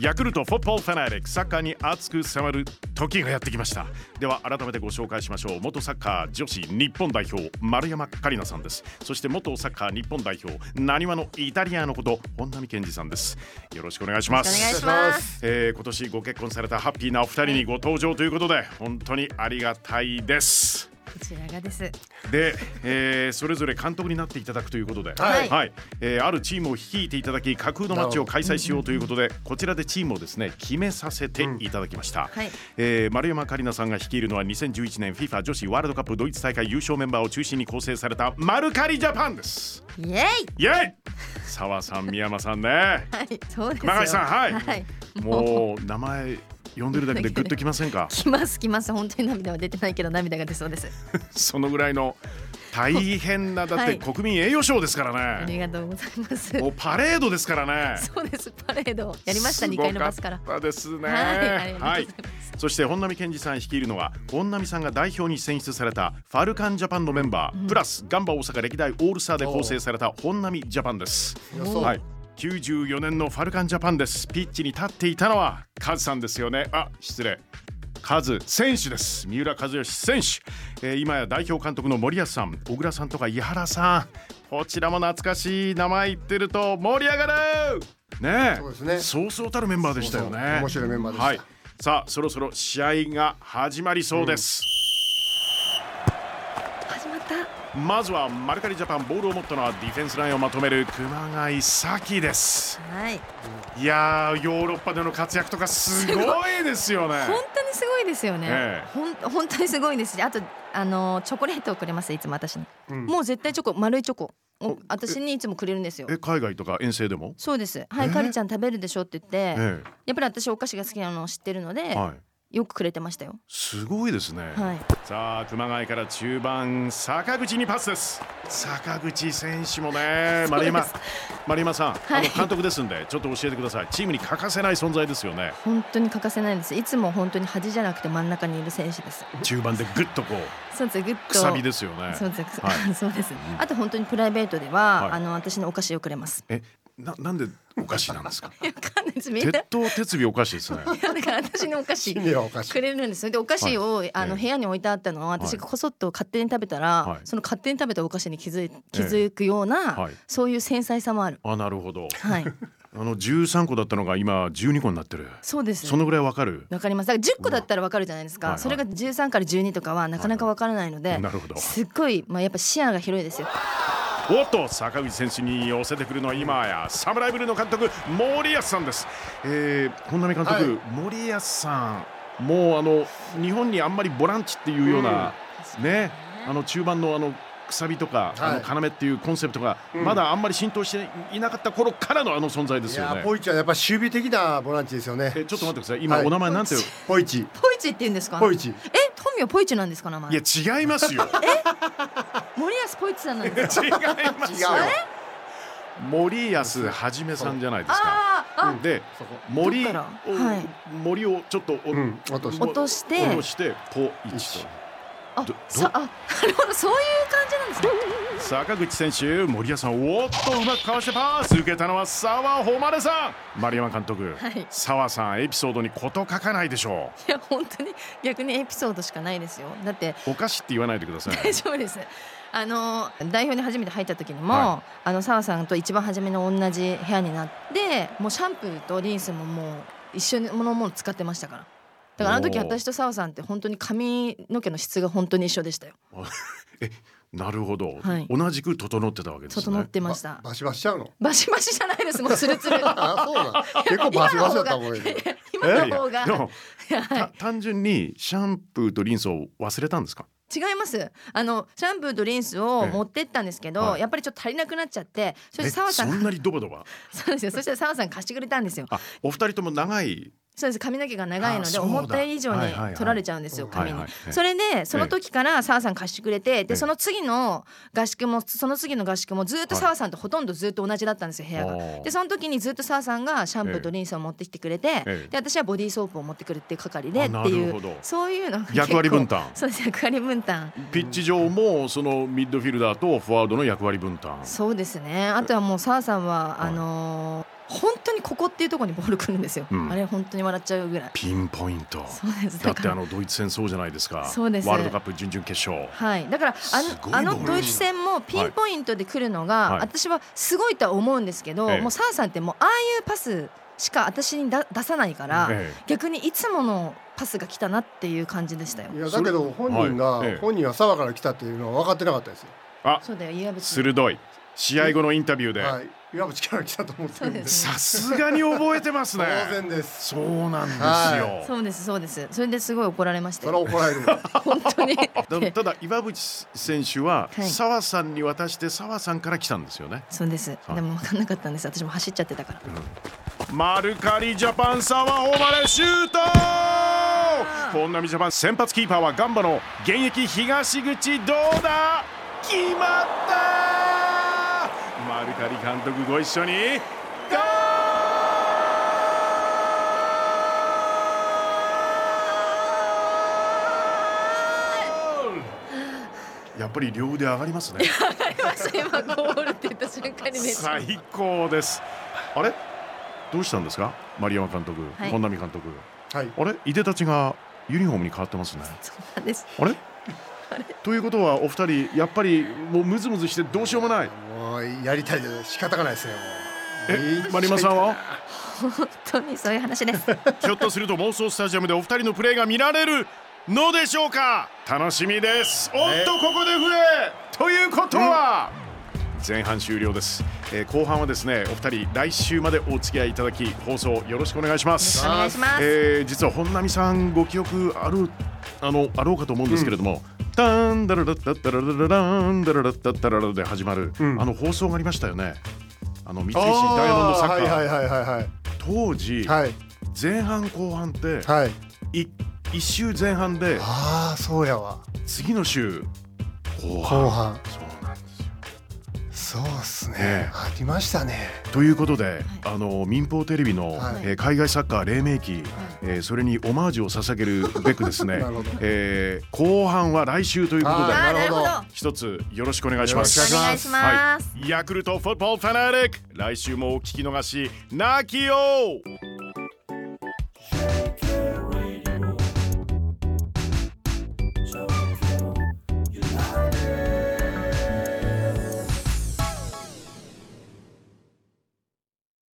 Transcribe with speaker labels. Speaker 1: ヤクルトフォッポーファナリックサッカーに熱く迫る時がやってきましたでは改めてご紹介しましょう元サッカー女子日本代表丸山桂里奈さんですそして元サッカー日本代表なにわのイタリアのこと本並健二さんですよろしくお願いします
Speaker 2: お願いします
Speaker 1: えー今年ご結婚されたハッピーなお二人にご登場ということで本当にありがたいです
Speaker 2: こちらがです
Speaker 1: で、えーそれぞれ監督になっていただくということで、
Speaker 2: はい
Speaker 1: えーあるチームを率いていただき架空のマッチを開催しようということで、こちらでチームをですね決めさせていただきました、
Speaker 2: はい
Speaker 1: えー丸山桂里奈さんが率いるのは2011年 FIFA 女子ワールドカップドイツ大会優勝メンバーを中心に構成されたマルカリジャパンです
Speaker 2: イエイ
Speaker 1: イエイ澤さん宮山さんね
Speaker 2: はいそうですよ
Speaker 1: 熊谷さんはい
Speaker 2: はい、
Speaker 1: もう名前呼んでる だけでグッときませんか
Speaker 2: 来ます来ます本当に涙は出てないけど涙が出そうです
Speaker 1: そのぐらいの大変なだっ
Speaker 2: は
Speaker 1: て
Speaker 2: い
Speaker 1: 国民栄誉賞ですからね、
Speaker 2: ありがとうございます
Speaker 1: もうパレードですからね。
Speaker 2: そうですパレードをやりまし
Speaker 1: す
Speaker 2: た2
Speaker 1: ご
Speaker 2: 階のバスから
Speaker 1: かったですね。
Speaker 2: はいありがとうございます
Speaker 1: そして本並健二さん率いるのは本並さんが代表に選出されたファルカンジャパンのメンバー、プラスガンバ大阪歴代オールスターで構成された本並ジャパンです。
Speaker 3: よそう
Speaker 1: はい。94年のファルカンジャパンです。ピッチに立っていたのはカズさんですよね。あ、失礼。カズ選手です三浦知良選手、えー今や代表監督の森保さん小倉さんとか井原さんこちらも懐かしい名前言ってると盛り上がるねえ
Speaker 3: そうですね
Speaker 1: そうそうたるメンバーでしたよね
Speaker 3: そうそう面白いメンバーでした
Speaker 1: はい、さあそろそろ試合が始まりそうです、
Speaker 2: 始まった
Speaker 1: まずはマルカリジャパンボールを持ったのはディフェンスラインをまとめる熊谷咲です
Speaker 2: はい
Speaker 1: いやーヨーロッパでの活躍とかすごいですよね
Speaker 2: 本当にすごいですよね、
Speaker 1: ええ
Speaker 2: ほん本当にすごいですしあとあのチョコレートをくれますいつも私に、もう絶対チョコ丸いチョコを私にいつもくれるんですよ
Speaker 1: え海外とか遠征でも
Speaker 2: そうですはい、
Speaker 1: え
Speaker 2: かりちゃん食べるでしょって言って、
Speaker 1: え
Speaker 2: やっぱり私お菓子が好きなのを知ってるので、
Speaker 1: えはい
Speaker 2: よくくれてましたよ
Speaker 1: すごいですね、
Speaker 2: はい
Speaker 1: さあ熊谷から中盤坂口にパスです坂口選手も ね丸山丸山さん、
Speaker 2: はい
Speaker 1: あの監督ですんでちょっと教えてくださいチームに欠かせない存在ですよね
Speaker 2: 本当に欠かせないんですいつも本当に端じゃなくて真ん中にいる選手です
Speaker 1: 中盤でぐっとこ
Speaker 2: そうですグッと
Speaker 1: うくさびですよね
Speaker 2: そうです、
Speaker 1: は
Speaker 2: そうですあと本当にプライベートでは、
Speaker 1: はい
Speaker 2: あの私のお菓子をく れます
Speaker 1: えななんでおかしいなん ですか
Speaker 2: いやわかんないですみん
Speaker 1: 鉄
Speaker 2: な
Speaker 1: 塔鉄尾おかしいですね
Speaker 2: だから私のお菓 子
Speaker 3: 意味はおかしい
Speaker 2: くれるんですよでお菓子を、あの
Speaker 1: ええ
Speaker 2: 部屋に置いてあったのを私がこそっと勝手に食べたら、
Speaker 1: はい
Speaker 2: その勝手に食べたお菓子に気づい気づくような、
Speaker 1: はい
Speaker 2: そういう繊細さもある
Speaker 1: あなるほど
Speaker 2: はい
Speaker 1: あの13個だったのが今12個になってる
Speaker 2: そうです
Speaker 1: そのぐらいわかる
Speaker 2: わかりますだから10個だったらわかるじゃないですか、
Speaker 1: はいはい
Speaker 2: それが13から12とかはなかなかわからないので、
Speaker 1: いなるほど
Speaker 2: すっごい、まあ、やっぱ視野が広いですよ
Speaker 1: おっと坂口選手に寄せてくるのは今やサムライブルーの監督森保さんです、えー、本並監督、
Speaker 3: はい
Speaker 1: 森保さんもうあの日本にあんまりボランチっていうような、ねあの中盤のあのくさびとか、
Speaker 3: はい
Speaker 1: あの要っていうコンセプトがまだあんまり浸透していなかった頃からのあの存在で
Speaker 3: い
Speaker 1: すよ
Speaker 3: や
Speaker 1: ね
Speaker 3: ポイチはやっぱ守備的なボランチですよね
Speaker 1: えちょっと待ってください今、
Speaker 3: はい
Speaker 1: お名前なんて
Speaker 3: ポイチ
Speaker 2: ポイチって言うんですか
Speaker 3: ポイチ
Speaker 2: え本名ポイチなんですか名前
Speaker 1: い
Speaker 2: 森
Speaker 1: や違いますよ違
Speaker 2: 保ポイチさんなんですか
Speaker 1: いま す
Speaker 3: 違う
Speaker 1: よ
Speaker 3: よ
Speaker 1: 森保はじめさんじゃないですか
Speaker 2: あーあ、
Speaker 1: で
Speaker 3: そこ
Speaker 1: 森
Speaker 2: ど
Speaker 1: を
Speaker 2: っからはい
Speaker 1: 森をちょっとお
Speaker 3: うん落とし
Speaker 2: 落として
Speaker 1: 落としてポイチと
Speaker 2: あ
Speaker 1: ど
Speaker 2: さあ なるほどそういう感じなんですか
Speaker 1: 坂口選手森谷さんおっとうまくかわしてパス受けたのは澤穂希さん丸山監督、
Speaker 2: はい
Speaker 1: 澤さんエピソードに事書かないでしょ
Speaker 2: いや本当に逆にエピソードしかないですよだって
Speaker 1: うお菓子って言わないでください
Speaker 2: 大丈夫 ですあの代表に初めて入った時にも、
Speaker 1: は
Speaker 2: あの澤さんと一番初めの同じ部屋になってもうシャンプーとリンスももう一緒のものもの使ってましたからだからあの時
Speaker 1: おー
Speaker 2: 私と澤さんって本当に髪の毛の質が本当に一緒でしたよ
Speaker 1: えなるほど、
Speaker 2: はい
Speaker 1: 同じく整ってたわけですね
Speaker 2: 整ってました
Speaker 3: バシバシしちゃうの
Speaker 2: バシバシじゃないですもうツルツル
Speaker 3: あそうなの結構バシバシだったもんね
Speaker 2: 今の
Speaker 1: いや
Speaker 2: 方が
Speaker 1: でも た単純にシャンプーとリンスを忘れたんですか
Speaker 2: 違いますあのシャンプーとリンスを
Speaker 1: ええ
Speaker 2: 持ってったんですけど、
Speaker 1: はい
Speaker 2: やっぱりちょっと足りなくなっちゃってそして
Speaker 1: え
Speaker 2: 澤さ
Speaker 1: そ
Speaker 2: ん
Speaker 1: んなにドバドバ
Speaker 2: そうですよそしたら澤さん貸してくれたんですよ
Speaker 1: あお二人とも長い
Speaker 2: そうです髪の毛が長い
Speaker 1: あ
Speaker 2: の
Speaker 1: そ
Speaker 2: で
Speaker 1: うだ
Speaker 2: 思った以上
Speaker 1: はい
Speaker 2: に
Speaker 1: はいはい
Speaker 2: 取られちゃうんですよ
Speaker 1: はい
Speaker 2: 髪
Speaker 1: はい
Speaker 2: に
Speaker 1: ええ
Speaker 2: それでその時から澤さん貸してくれて
Speaker 1: ええ
Speaker 2: でその次の合宿もその次の合宿もずっと
Speaker 1: はい
Speaker 2: 澤さんとほとんどずっと同じだったんですよ部屋
Speaker 1: あ
Speaker 2: が
Speaker 1: ー
Speaker 2: でその時にずっと澤さんがシャンプーとリンスを持ってきてくれて
Speaker 1: ええ
Speaker 2: で私はボディーソープを持ってくるっていう係で
Speaker 1: あ
Speaker 2: って
Speaker 1: ないるほ
Speaker 2: う
Speaker 1: ど
Speaker 2: そういうのが 結構
Speaker 1: 役割分担
Speaker 2: そうです役割分担
Speaker 1: ピッチ上もそのミッドフィルダーとフォワードの役割分担
Speaker 2: そうですねあとはもう澤さんは、
Speaker 1: はい
Speaker 2: あのー本当にここっていうところにボールくるんですよ、
Speaker 1: うん
Speaker 2: あれ本当に笑っちゃうぐらい
Speaker 1: ピンポイント
Speaker 2: そうです
Speaker 1: だ
Speaker 2: だ
Speaker 1: っ
Speaker 2: か
Speaker 1: て
Speaker 2: ら
Speaker 1: あのドイツ戦そうじゃないですか
Speaker 2: そうです
Speaker 1: ワールドカップ準々決勝
Speaker 2: はい、だからあ
Speaker 1: すごい
Speaker 2: のあ
Speaker 1: ボール
Speaker 2: のドイツ戦もピンポイントで来るのが、
Speaker 1: はい
Speaker 2: 私はすごいとは思うんですけど、
Speaker 1: ええ
Speaker 2: もうサンさんってもうああいうパスしか私にだ出さないから、
Speaker 1: え
Speaker 2: 逆にいつものパスが来たなっていう感じでしたよ
Speaker 3: い。やだけど本人が、
Speaker 1: はいええ
Speaker 3: 本人は沢から来たっていうのは分かってなかったですよ。
Speaker 1: えあ
Speaker 2: そうだよ岩渕
Speaker 1: 鋭い試合後のインタビューで、
Speaker 3: はい。岩渕から来たと思ってるんで。
Speaker 2: そ
Speaker 1: さすがに覚えてま すね
Speaker 3: 当然です。
Speaker 1: そうなんですよ、
Speaker 3: は
Speaker 2: そうですそうですそれですごい怒られました
Speaker 3: それは
Speaker 2: よ
Speaker 3: 怒られるわ。
Speaker 2: 本当に
Speaker 1: だただ岩渕選手は
Speaker 2: はい
Speaker 1: 澤さんに渡して澤さんから来たんですよね、
Speaker 2: そうですでも分かんなかったんです私も走っちゃってたから
Speaker 1: マルカリジャパン澤穂希シュート本並ジャパン先発キーパーはガンバの現役東口どうだ決まったマルカリ監督ご一緒にゴールやっぱり両腕上がりますね
Speaker 2: 分かりました今ゴールって言った瞬間にめっちゃ
Speaker 1: 最高ですあれどうしたんですか丸山監督、
Speaker 2: はい
Speaker 1: 本並監督
Speaker 3: はい。
Speaker 1: あれいでたちがユニフォームに変わってますね
Speaker 2: そうなんです
Speaker 1: あれということはお二人やっぱりもうムズムズしてどうしようもない
Speaker 3: もうやりたいです。仕方がないですね。もう
Speaker 1: え丸山さん は
Speaker 2: 本当にそういう話です
Speaker 1: ひょっとすると妄想スタジアムでお二人のプレーが見られるのでしょうか楽しみですおっとここで笛ということは前半終了です、えー後半はですねお二人来週までお付き合いいただき放送よろしくお願いします
Speaker 2: お願いします、
Speaker 1: えー実は本並さんご記憶あるあのあろうかと思うんですけれども、ダンダラダッダッダラダラダンダラダッダッダラダで始まる、
Speaker 3: うん
Speaker 1: あの放送がありましたよね。あの三菱
Speaker 3: あ
Speaker 1: ダイヤモンドサッカー、
Speaker 3: ーはいはいはいはいはい。
Speaker 1: 当時、
Speaker 3: はい
Speaker 1: 前半後半って、
Speaker 3: はい。
Speaker 1: い、一週前半で
Speaker 3: ああそうやわ。
Speaker 1: 次の週後半
Speaker 3: 後半。
Speaker 1: そうなんですよ
Speaker 3: そうっすね。
Speaker 1: ええ
Speaker 3: ありましたね。
Speaker 1: ということで、あの民放テレビの、
Speaker 3: はい
Speaker 1: えー海外サッカー黎明期、えーそれにオマージュを捧げるべくですね
Speaker 3: なるほど、
Speaker 1: えー後半は来週ということ
Speaker 3: はい
Speaker 1: で
Speaker 2: あーなるほど
Speaker 3: なるほ
Speaker 2: お
Speaker 1: 一つよろしくお願いします
Speaker 3: よろしくお
Speaker 2: 願
Speaker 3: 願
Speaker 2: い
Speaker 3: い
Speaker 2: し
Speaker 3: し
Speaker 2: ます、
Speaker 1: ヤクルトフットボールファナリック来週もお聞き逃しなきよう